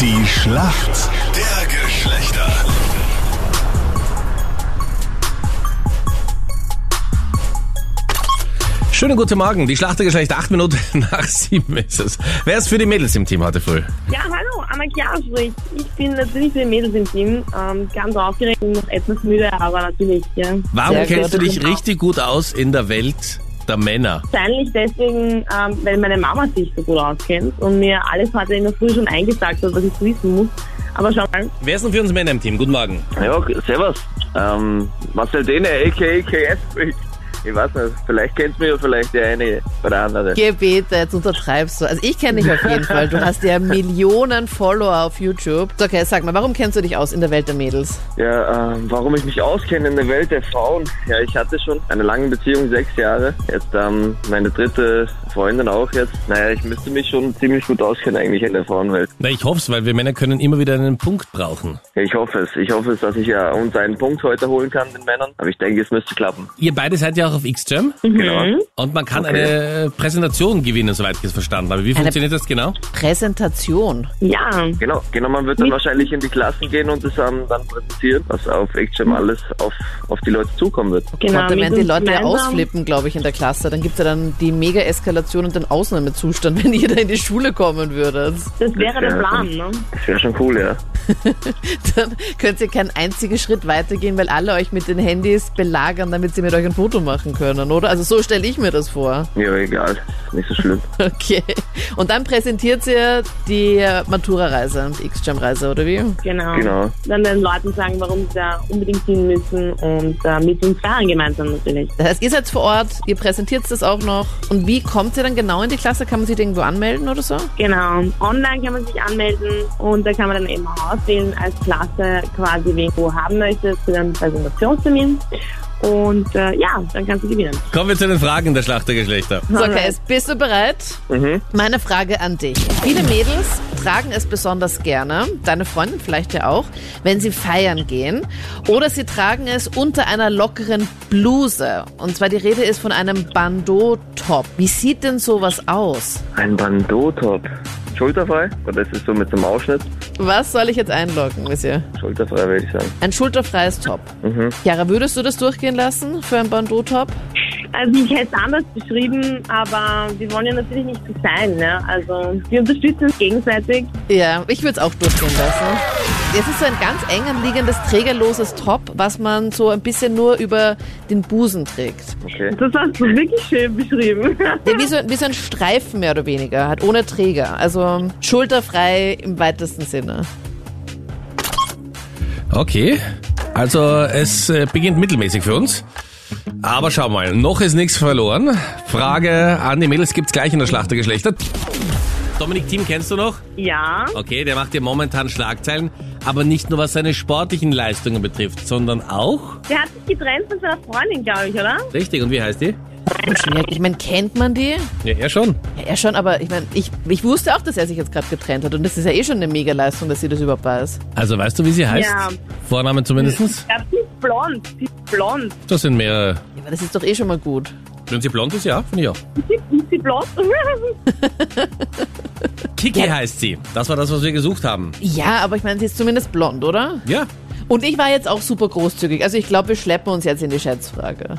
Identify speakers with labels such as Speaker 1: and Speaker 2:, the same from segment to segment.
Speaker 1: Die Schlacht der Geschlechter.
Speaker 2: Schönen guten Morgen. Die Schlachtergeschlecht, acht Minuten nach sieben ist es. Wer ist für die Mädels im Team heute früh?
Speaker 3: Ja, hallo, Anna Klaas spricht. Ich bin natürlich für die Mädels im Team. Ähm, ganz aufgeregt und noch etwas müde, aber natürlich, ja.
Speaker 2: Warum
Speaker 3: Sehr
Speaker 2: kennst du
Speaker 3: gut.
Speaker 2: dich richtig gut aus in der Welt der Männer?
Speaker 3: Wahrscheinlich deswegen, ähm, weil meine Mama sich so gut auskennt und mir alles heute in der Früh schon eingesagt hat, was ich wissen muss. Aber schau mal,
Speaker 2: Wer ist denn für uns Männer im Team? Guten Morgen.
Speaker 4: Ja, servus. Ähm, Marcel Dene, a.k.a. KS spricht. Ich weiß nicht, vielleicht kennt mir ja vielleicht der eine oder andere.
Speaker 5: Gebete, jetzt untertreibst du. Also ich kenne dich auf jeden Fall. Du hast ja Millionen Follower auf YouTube. So, Okay, sag mal, warum kennst du dich aus in der Welt der Mädels?
Speaker 4: Ja, ähm, warum ich mich auskenne in der Welt der Frauen. Ja, ich hatte schon eine lange Beziehung, sechs Jahre. Jetzt ähm, meine dritte Freundin auch jetzt. Naja, ich müsste mich schon ziemlich gut auskennen eigentlich in der Frauenwelt.
Speaker 2: Na, ich hoff's, weil wir Männer können immer wieder einen Punkt brauchen.
Speaker 4: Ich hoffe es. Ich hoffe es, dass ich ja uns einen Punkt heute holen kann, den Männern. Aber ich denke, es müsste klappen.
Speaker 2: Ihr beide seid ja auch auf X-Jam
Speaker 4: Genau.
Speaker 2: und man kann
Speaker 4: Okay.
Speaker 2: eine äh, Präsentation gewinnen, soweit ich es verstanden habe. Wie funktioniert das genau?
Speaker 5: Präsentation.
Speaker 3: ja,
Speaker 4: Genau, genau, man wird dann wahrscheinlich in die Klassen gehen und es ähm, dann präsentieren, was auf Action alles auf, auf die Leute zukommen wird.
Speaker 3: genau.
Speaker 5: und da
Speaker 3: mit
Speaker 5: werden die
Speaker 3: uns
Speaker 5: Leute ja
Speaker 3: gemeinsam.
Speaker 5: ausflippen, glaube ich, in der Klasse. Dann gibt's ja dann die Mega-Eskalation und den Ausnahmezustand, wenn ihr da in die Schule kommen würdet.
Speaker 3: Das wäre der Plan, ne?
Speaker 4: Das wäre schon cool, ja.
Speaker 5: Dann könnt ihr keinen einzigen Schritt weitergehen, weil alle euch mit den Handys belagern, damit sie mit euch ein Foto machen können, oder? Also so stelle ich mir das vor.
Speaker 4: Ja, egal, nicht so schlimm.
Speaker 5: Okay. Und dann präsentiert ihr die Matura-Reise, die X-Jam-Reise, oder wie?
Speaker 3: Genau.
Speaker 4: Genau.
Speaker 3: Dann den Leuten sagen, warum sie da unbedingt hin müssen und äh, mit uns fahren gemeinsam natürlich.
Speaker 5: Das heißt, ihr seid vor Ort, ihr präsentiert das auch noch. Und wie kommt ihr dann genau in die Klasse? Kann man sich da irgendwo anmelden oder so?
Speaker 3: Genau. Online kann man sich anmelden und da kann man dann eben auch auswählen als Klasse quasi, wen du haben möchtest für deinen Präsentationstermin. Und äh, ja, dann kannst du gewinnen.
Speaker 2: Kommen wir zu den Fragen der Schlachtergeschlechter.
Speaker 5: So,
Speaker 3: Alright.
Speaker 5: Kais, bist du bereit? Meine Frage an dich. Viele Mädels tragen es besonders gerne, deine Freundin vielleicht ja auch, wenn sie feiern gehen. Oder sie tragen es unter einer lockeren Bluse. Und zwar die Rede ist von einem Bandeau-Top. Wie sieht denn sowas aus?
Speaker 4: Ein Bandotop. Schulterfrei? Oder ist es so mit so einem Ausschnitt?
Speaker 5: Was soll ich jetzt einloggen, Monsieur? Mhm.
Speaker 4: Schulterfrei, würde ich sagen.
Speaker 5: Ein schulterfreies Top. Chiara, würdest du das durchgehen lassen für ein Bandeau-Top?
Speaker 3: Also ich hätte es anders beschrieben, aber wir wollen ja natürlich nicht so sein. Ne? Also wir unterstützen uns gegenseitig.
Speaker 5: Ja, ich würde es auch durchgehen lassen. Es ist so ein ganz eng anliegendes, trägerloses Top, was man so ein bisschen nur über den Busen trägt.
Speaker 4: Okay.
Speaker 3: Das hast du wirklich schön beschrieben.
Speaker 5: Ja, wie, so, wie so ein Streifen mehr oder weniger, halt ohne Träger. Also schulterfrei im weitesten Sinne.
Speaker 2: Okay, also es äh, beginnt mittelmäßig für uns. Aber schau mal, noch ist nichts verloren. Frage an die Mädels gibt's gleich in der Schlachtergeschlechter. Dominik Thiem kennst du noch?
Speaker 3: ja,
Speaker 2: Okay, der macht ja momentan Schlagzeilen, aber nicht nur was seine sportlichen Leistungen betrifft, sondern auch...
Speaker 3: der hat sich getrennt von seiner Freundin, glaube ich, oder?
Speaker 2: Richtig, und wie heißt die?
Speaker 5: Und schwer- Ich meine, kennt man die?
Speaker 2: Ja, er schon.
Speaker 5: Ja, er schon, aber ich meine, ich, ich wusste auch, dass er sich jetzt gerade getrennt hat. Und das ist ja eh schon eine Mega-Leistung, dass sie das überhaupt weiß.
Speaker 2: Also weißt du, wie sie heißt?
Speaker 3: Ja.
Speaker 2: Vorname zumindestens.
Speaker 3: Ja, sie ist blond, sie ist blond.
Speaker 2: Das sind mehrere.
Speaker 5: Ja, aber das ist doch eh schon mal gut.
Speaker 2: Wenn sie blond ist, ja, finde ich auch.
Speaker 3: Ist sie blond?
Speaker 2: Kiki heißt sie. Das war das, was wir gesucht haben.
Speaker 5: Ja, aber ich meine, sie ist zumindest blond, oder?
Speaker 2: Ja.
Speaker 5: Und ich war jetzt auch super großzügig. Also ich glaube, wir schleppen uns jetzt in die Schätzfrage.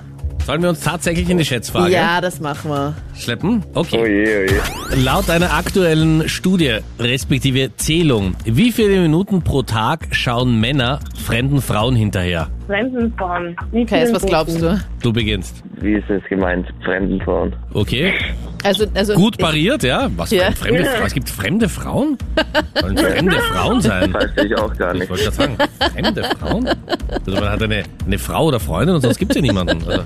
Speaker 2: Sollen wir uns tatsächlich in die Schätzfrage
Speaker 5: Ja, das machen wir.
Speaker 2: schleppen? Okay.
Speaker 4: Oh je, oh je.
Speaker 2: Laut einer aktuellen Studie, respektive Zählung, wie viele Minuten pro Tag schauen Männer fremden Frauen hinterher?
Speaker 3: Fremden Frauen. Wie
Speaker 5: Okay, jetzt,
Speaker 3: vielen
Speaker 5: was glaubst du?
Speaker 2: Du beginnst.
Speaker 4: Wie ist es gemeint? Fremdenfrauen.
Speaker 2: Okay.
Speaker 5: Also, also
Speaker 2: Gut pariert, ja? Was,
Speaker 5: Ja.
Speaker 2: Fremde, was gibt fremde Frauen? Sollen fremde Frauen sein?
Speaker 4: Das sehe ich auch gar
Speaker 2: Ich
Speaker 4: nicht.
Speaker 2: wollte gerade sagen, fremde Frauen? Also man hat eine, eine Frau oder Freundin und sonst gibt es ja niemanden. Also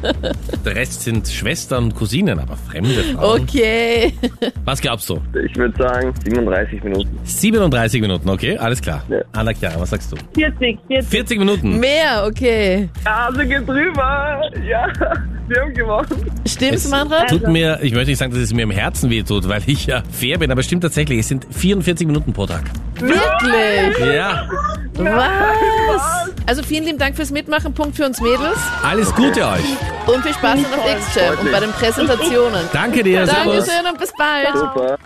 Speaker 2: der Rest sind Schwestern und Cousinen, aber fremde Frauen.
Speaker 5: Okay.
Speaker 2: Was glaubst du?
Speaker 4: Ich würde sagen 37 Minuten.
Speaker 2: 37 Minuten, okay? Alles klar.
Speaker 4: Ja.
Speaker 2: Anna Chiara, was sagst du?
Speaker 3: 40, 40.
Speaker 2: 40 Minuten.
Speaker 5: Mehr, okay.
Speaker 4: Hase geht drüber! Ja, wir haben gewonnen.
Speaker 5: Stimmt's,
Speaker 2: Es
Speaker 5: Manfred?
Speaker 2: Tut mir, ich möchte nicht sagen, dass es mir im Herzen weh tut, weil ich ja fair bin, aber es stimmt tatsächlich, es sind 44 Minuten pro Tag.
Speaker 5: Wirklich?
Speaker 2: Ja,
Speaker 5: Was? Also vielen lieben Dank fürs Mitmachen. Punkt für uns Mädels.
Speaker 2: alles Gute euch.
Speaker 5: Und viel Spaß noch auf X-Jam und bei den Präsentationen.
Speaker 2: Danke dir, servus.
Speaker 5: Dankeschön und bis bald.
Speaker 4: Super.